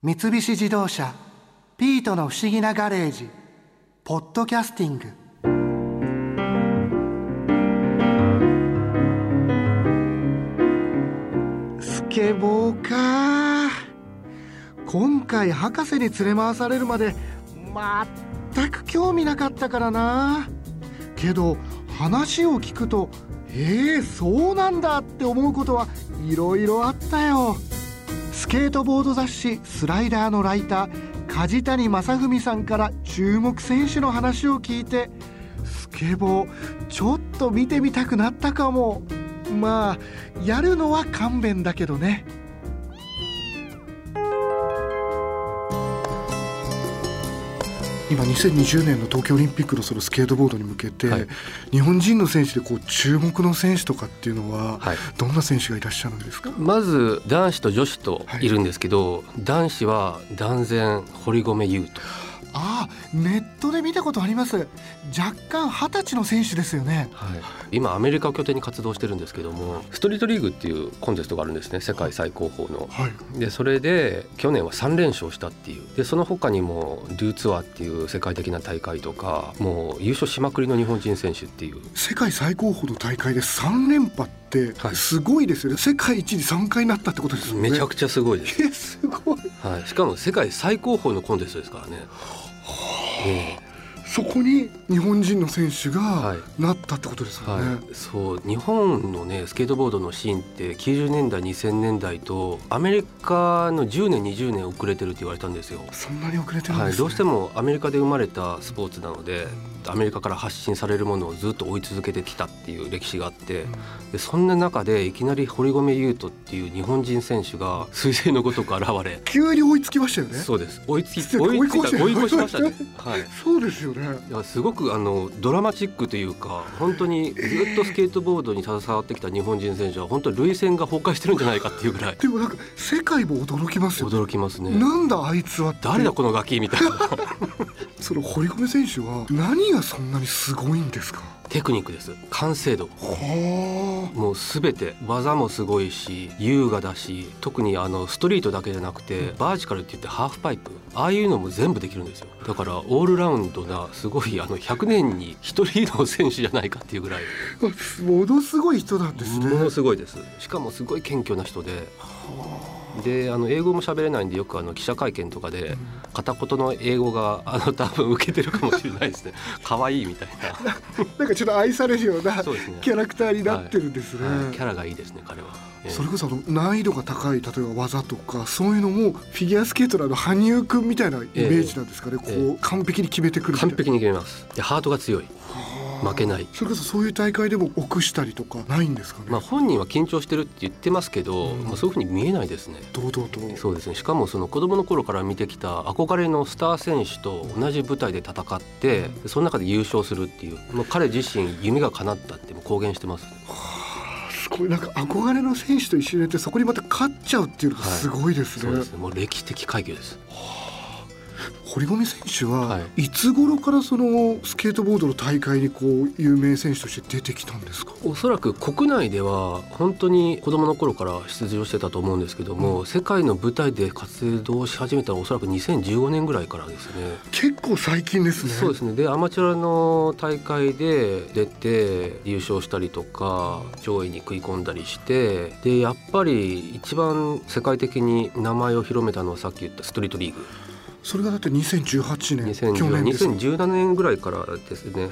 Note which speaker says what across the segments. Speaker 1: 三菱自動車「ピートの不思議なガレージ」「ポッドキャスティング」スケボーか今回博士に連れ回されるまで全く興味なかったからなけど話を聞くとええそうなんだって思うことはいろいろあったよスケートボード雑誌「スライダー」のライター梶谷正文さんから注目選手の話を聞いてスケボーちょっと見てみたくなったかもまあやるのは勘弁だけどね今2020年の東京オリンピックのそのスケートボードに向けて、
Speaker 2: はい
Speaker 1: 日本人の選手でこう注目の選手とかっていうのは、
Speaker 2: はい
Speaker 1: どんな選手がいらっしゃるんですか
Speaker 2: まず男子と女子といるんですけど、男子は断然堀米雄斗
Speaker 1: ああネットで見たことあります若干二十歳の選手ですよね
Speaker 2: 今アメリカを拠点に活動してるんですけどもストリートリーグっていうコンテストがあるんですね世界最高峰の。
Speaker 1: はい
Speaker 2: でそれで去年は3連勝したっていうでその他にもデューツアーっていう世界的な大会とかもう優勝しまくりの日本人選手っていう
Speaker 1: 世界最高峰の大会で3連覇って
Speaker 2: はい
Speaker 1: すごいですよね、世界一に3回なったってことですよね
Speaker 2: めちゃくちゃすごいです
Speaker 1: えすごい
Speaker 2: はい、しかも世界最高峰のコンテストですからね。え
Speaker 1: そこに日本人の選手
Speaker 2: は
Speaker 1: が
Speaker 2: い
Speaker 1: なったってことです
Speaker 2: え
Speaker 1: よね、
Speaker 2: はい、そう日本のねスケートボードのシーンって90年代2000年代とアメリカの10年20年遅れてるって言われたんですよ。
Speaker 1: そんなに遅れてるんです、ね
Speaker 2: はい、どうして
Speaker 1: も
Speaker 2: もアメリカで生まれたスポーツなのでアメリカから発信されるものをずっと追い続けてきたっていう歴史があってでそんな中でいきなり堀米雄斗っていう日本人選手が彗星のごとく現れ
Speaker 1: 急に追いつきましたよねそ
Speaker 2: そうです追いつき
Speaker 1: 追
Speaker 2: 追
Speaker 1: い
Speaker 2: い
Speaker 1: 越
Speaker 2: つ
Speaker 1: し
Speaker 2: い
Speaker 1: ました
Speaker 2: た追い越しましたね。はい、
Speaker 1: うですよね
Speaker 2: いやすごくあのドラマチックというか本当にずっとスケートボードに携わってきた日本人選手は本当に涙腺が崩壊してるんじゃないかっていうぐらい
Speaker 1: でもなんか世界も驚きますよ、
Speaker 2: 驚きますね
Speaker 1: なんだあいつはって
Speaker 2: 誰だこのガキみたいな
Speaker 1: その堀米選手は何がそんなにすごいんですか
Speaker 2: テクニックです完成度
Speaker 1: は
Speaker 2: もう全て技もすごいし優雅だし特にあのストリートだけじゃなくてバーチカルって言ってハーフパイプああいうのも全部できるんですよだからオールラウンドなすごいあの100年に1人の選手じゃないかっていうぐらい
Speaker 1: あものすごい人なんですね
Speaker 2: ものすごいですしかもすごい謙虚な人でであの英語も喋れないんでよくあの記者会見とかで片言の英語があの多分受けてるかもしれな いですね可愛いみたいな、
Speaker 1: なんかちょっと愛されるような
Speaker 2: そうですね
Speaker 1: キャラクターになってるんですね、
Speaker 2: はい、キャラがいいですね彼は、ええ
Speaker 1: それこそあの難易度が高い例えば技とかそういうのもフィギュアスケートのあの羽生くんみたいなイメージなんですかね、
Speaker 2: ええ
Speaker 1: こう完璧に決めてくるみたい
Speaker 2: 完
Speaker 1: な
Speaker 2: 璧に決めますでハートが強い負けない
Speaker 1: それこそそういう大会でも臆したりとかないんですかね、
Speaker 2: まあ本人は緊張してるって言ってますけど、まあ、そういうふうに見えないですね
Speaker 1: 堂々と
Speaker 2: そうですねしかもその子供の頃から見てきた憧れのスター選手と同じ舞台で戦ってその中で優勝するっていうもう彼自身夢が叶ったってもう公言してます
Speaker 1: すごいなんか憧れの選手と一緒にやってそこにまた勝っちゃうっていうのがすごいです
Speaker 2: そ
Speaker 1: ね,、
Speaker 2: うですねもう歴史的快挙です
Speaker 1: 堀米選手は
Speaker 2: はい
Speaker 1: つ頃からそのスケートボードの大会にこう有名選手として出てきたんですか
Speaker 2: おそらく国内では本当に子供の頃から出場してたと思うんですけども、世界の舞台で活動し始めたのはおそらく2015年ぐらいからですね
Speaker 1: 結構最近ですね
Speaker 2: そうですねでアマチュアの大会で出て優勝したりとか上位に食い込んだりしてでやっぱり一番世界的に名前を広めたのはさっき言ったストリートリーグ
Speaker 1: それがだって2018年去
Speaker 2: 2010
Speaker 1: 年ですね
Speaker 2: 2017年ぐらいからですね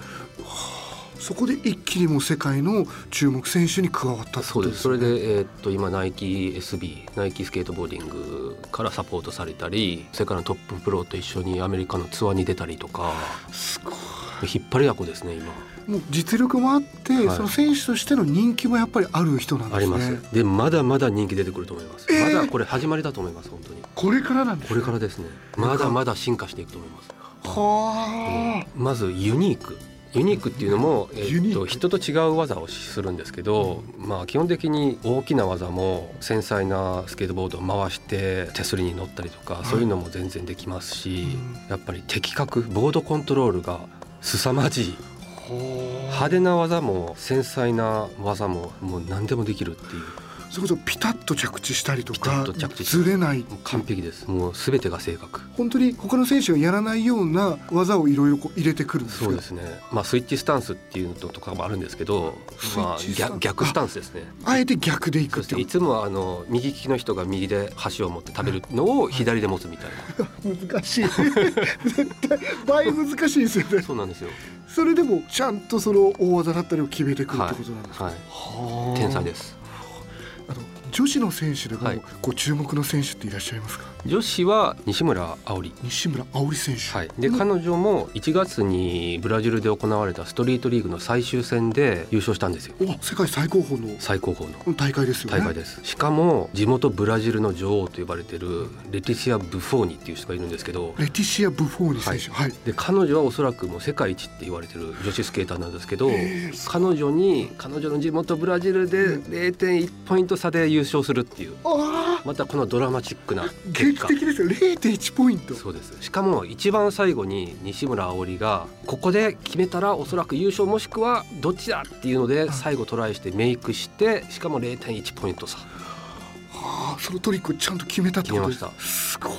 Speaker 1: そこで一気にもう世界の注目選手に加わったって
Speaker 2: そ
Speaker 1: こ
Speaker 2: う
Speaker 1: と
Speaker 2: で
Speaker 1: ですす
Speaker 2: それで、えーっと今ナイキ SB ナイキスケートボーディングからサポートされたり世界のトッププロと一緒にアメリカのツアーに出たりとか
Speaker 1: すごい
Speaker 2: 引っ張りだこですね今。
Speaker 1: もう実力もあって、
Speaker 2: はい
Speaker 1: その選手としての人気もやっぱりある人なんですね
Speaker 2: あります。でまだまだ人気出てくると思います。
Speaker 1: えー
Speaker 2: まだこれ始まりだと思います本当に。
Speaker 1: これからなんです
Speaker 2: これからですね。まだまだ進化していくと思います。
Speaker 1: はあ、
Speaker 2: まずユニーク。ユニークっていうのも、えっ
Speaker 1: ユニー
Speaker 2: と
Speaker 1: ク
Speaker 2: 人と違う技をするんですけど、まあ基本的に大きな技も繊細なスケートボードを回して手すりに乗ったりとか、
Speaker 1: い
Speaker 2: そういうのも全然できますし
Speaker 1: う、
Speaker 2: やっぱり的確ボードコントロールが凄まじ
Speaker 1: は
Speaker 2: い。
Speaker 1: あ
Speaker 2: 派手な技も繊細な技ももう何でもできるっていう。
Speaker 1: それこそピタッと着地したりとか
Speaker 2: ピタッと着地
Speaker 1: ずれない
Speaker 2: もう完璧ですもう全てが正確
Speaker 1: 本当に他の選手がやらないような技をいろいろこう入れてくるんです
Speaker 2: そう
Speaker 1: よ
Speaker 2: ですね、まあ、スイッチスタンスっていうのとかもあるんですけど
Speaker 1: ス、イッ
Speaker 2: まあ、
Speaker 1: チスタンス
Speaker 2: 逆逆スタンスですね
Speaker 1: あえて逆でい
Speaker 2: そ
Speaker 1: くっ
Speaker 2: してて
Speaker 1: こ
Speaker 2: いつもはあの右利きの人が右で箸を持って食べるのを左で持つみたいな、
Speaker 1: と難しい絶対倍難しいですよね
Speaker 2: そうなんですよ、
Speaker 1: それでもちゃんとその大技だったりを決めてくるっ
Speaker 2: は
Speaker 1: てことなんです
Speaker 2: いはい、
Speaker 1: はあ
Speaker 2: 天才です
Speaker 1: あの女子の選手でも、
Speaker 2: はい
Speaker 1: こう注目の選手っていらっしゃいますか
Speaker 2: 女子は西村あおり
Speaker 1: 西村碧莉選手、
Speaker 2: はい、で彼女も1月にブラジルで行われたストリートリーグの最終戦で優勝したんですよ
Speaker 1: お世界最高峰の
Speaker 2: 最高峰の
Speaker 1: 大会ですよね
Speaker 2: 大会ですしかも地元ブラジルの女王と呼ばれてるレティシア・ブフォーニっていう人がいるんですけど
Speaker 1: レティシア・ブフォーニ選手はい、
Speaker 2: で彼女はおそらくもう世界一って言われてる女子スケーターなんですけど
Speaker 1: へえそ
Speaker 2: 彼女に彼女の地元ブラジルで0.1ポイント差で優勝するっていう
Speaker 1: ああ
Speaker 2: またこのドラマチックな結
Speaker 1: 劇
Speaker 2: 果
Speaker 1: 的ですよ0.1ポイント
Speaker 2: そうですしかも一番最後に西村あおりがここで決めたらおそらく優勝もしくはどっちだっていうので最後トライしてメイクしてしかも0.1ポイント差、
Speaker 1: ああそのトリックをちゃんと決めたってことです
Speaker 2: 決めま
Speaker 1: すごい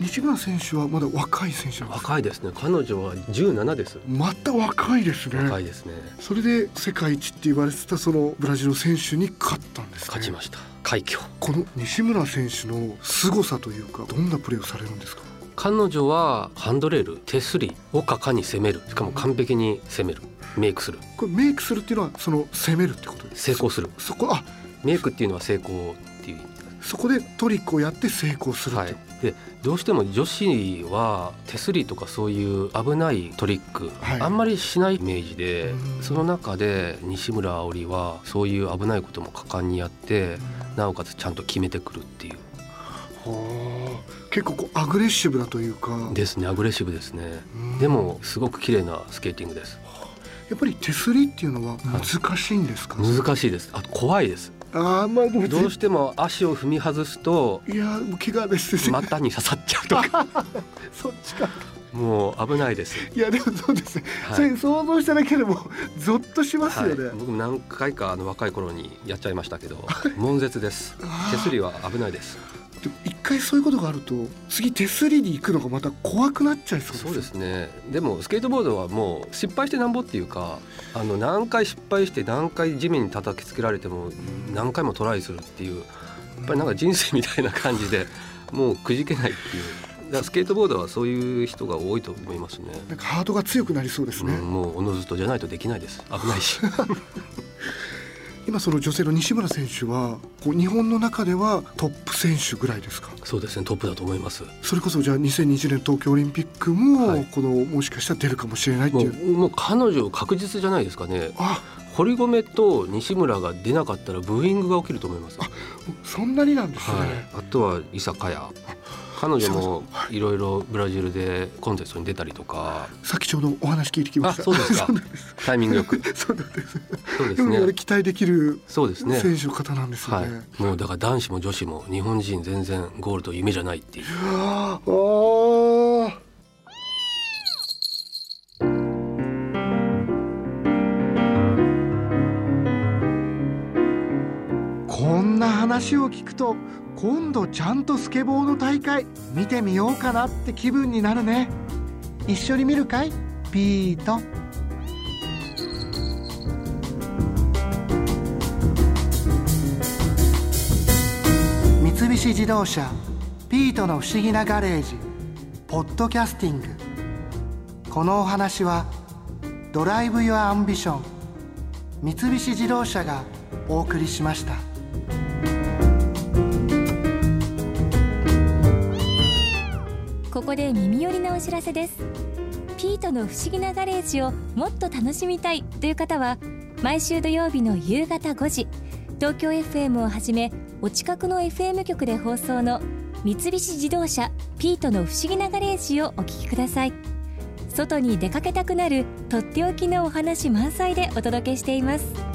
Speaker 1: 西村選手はまだ若い選手なんですか
Speaker 2: 若いですね彼女は17です
Speaker 1: また若いですね
Speaker 2: 若いですね
Speaker 1: それで世界一って言われてたそのブラジルの選手に勝ったんですね
Speaker 2: 勝ちました快挙
Speaker 1: この西村選手の凄さというかどんなプレーをされるんですか
Speaker 2: 彼女はハンドレール手すりを果敢に攻めるしかも完璧に攻めるメイクする
Speaker 1: これメイクするっていうのはその攻めるってことです
Speaker 2: 成功する
Speaker 1: そこあ
Speaker 2: メイクっていうのは成功っていう
Speaker 1: そこでトリックをやって成功するって、
Speaker 2: はい、でどうしても女子は手すりとかそういう危ないトリック、
Speaker 1: はい
Speaker 2: あんまりしないイメージで
Speaker 1: うん
Speaker 2: その中で西村あおりはそういう危ないことも果敢にやってなおかつちゃんと決めてくるっていう
Speaker 1: はあ結構こうアグレッシブだというか
Speaker 2: ですねアグレッシブですね
Speaker 1: うん
Speaker 2: でもすごく綺麗なスケーティングです
Speaker 1: やっぱり手すりっていうのは難しいんですか、
Speaker 2: 難しいですあ怖いです
Speaker 1: ああまあでも
Speaker 2: どう
Speaker 1: ぜ
Speaker 2: しても足を踏み外す と
Speaker 1: いやもう怪我ですね、
Speaker 2: 股に刺さっちゃうとか
Speaker 1: そっちか
Speaker 2: もう危ないです、
Speaker 1: いやでもそうですね、
Speaker 2: はい
Speaker 1: それ想像しただけでも ゾッとしますよ
Speaker 2: はい、
Speaker 1: ね、
Speaker 2: 僕も何回かあの若い頃にやっちゃいましたけど悶絶です
Speaker 1: あー
Speaker 2: 手すりは危ないです
Speaker 1: でも一回そういうことがあると次手すりに行くのがまた怖くなっちゃいそうですね
Speaker 2: そうですねでもスケートボードはもう失敗してなんぼっていうかあの何回失敗して何回地面に叩きつけられても何回もトライするっていうやっぱりなんか人生みたいな感じでもうくじけないっていうだからスケートボードはそういう人が多いと思いますね
Speaker 1: なんかハートが強くなりそうですね、
Speaker 2: うん、もうおのずとじゃないとできないです危な いし
Speaker 1: 今その女性の西村選手はこう日本の中ではトップ選手ぐらいですか
Speaker 2: そうですねトップだと思います
Speaker 1: それこそじゃあ2020年東京オリンピックも、
Speaker 2: はい
Speaker 1: このもしかしたら出るかもしれないって
Speaker 2: も
Speaker 1: いうう
Speaker 2: もう彼女確実じゃないですかね
Speaker 1: あ
Speaker 2: 堀米と西村が出なかったらブーイングが起きると思います
Speaker 1: そんなになんですね、
Speaker 2: はい、あとは伊坂や彼女もいろいろブラジルでコンテストに出たりとか
Speaker 1: さっきちょうどお話聞いてきま
Speaker 2: あ
Speaker 1: した
Speaker 2: そうです か
Speaker 1: そうなんです
Speaker 2: タイミングよく
Speaker 1: そうなんです
Speaker 2: そうで
Speaker 1: ですもあれ
Speaker 2: ね
Speaker 1: 期待できる
Speaker 2: そうですね
Speaker 1: 選手の方なんですよ
Speaker 2: は
Speaker 1: ね
Speaker 2: い、もうだから男子も女子も日本人全然ゴールド夢じゃないっていう
Speaker 1: あーあーこんな話を聞くと今度ちゃんとスケボーの大会見てみようかなって気分になるね一緒に見るかいピート三菱自動車ピートの不思議なガレージポッドキャスティングこのお話はドライブ・ユア・アンビション三菱自動車がお送りしました
Speaker 3: ここで耳寄りなお知らせですピートの不思議なガレージをもっと楽しみたいという方は毎週土曜日の夕方5時東京 FM をはじめお近くの FM 局で放送の三菱自動車ピートの不思議なガレージをお聞きください外に出かけたくなるとっておきのお話満載でお届けしています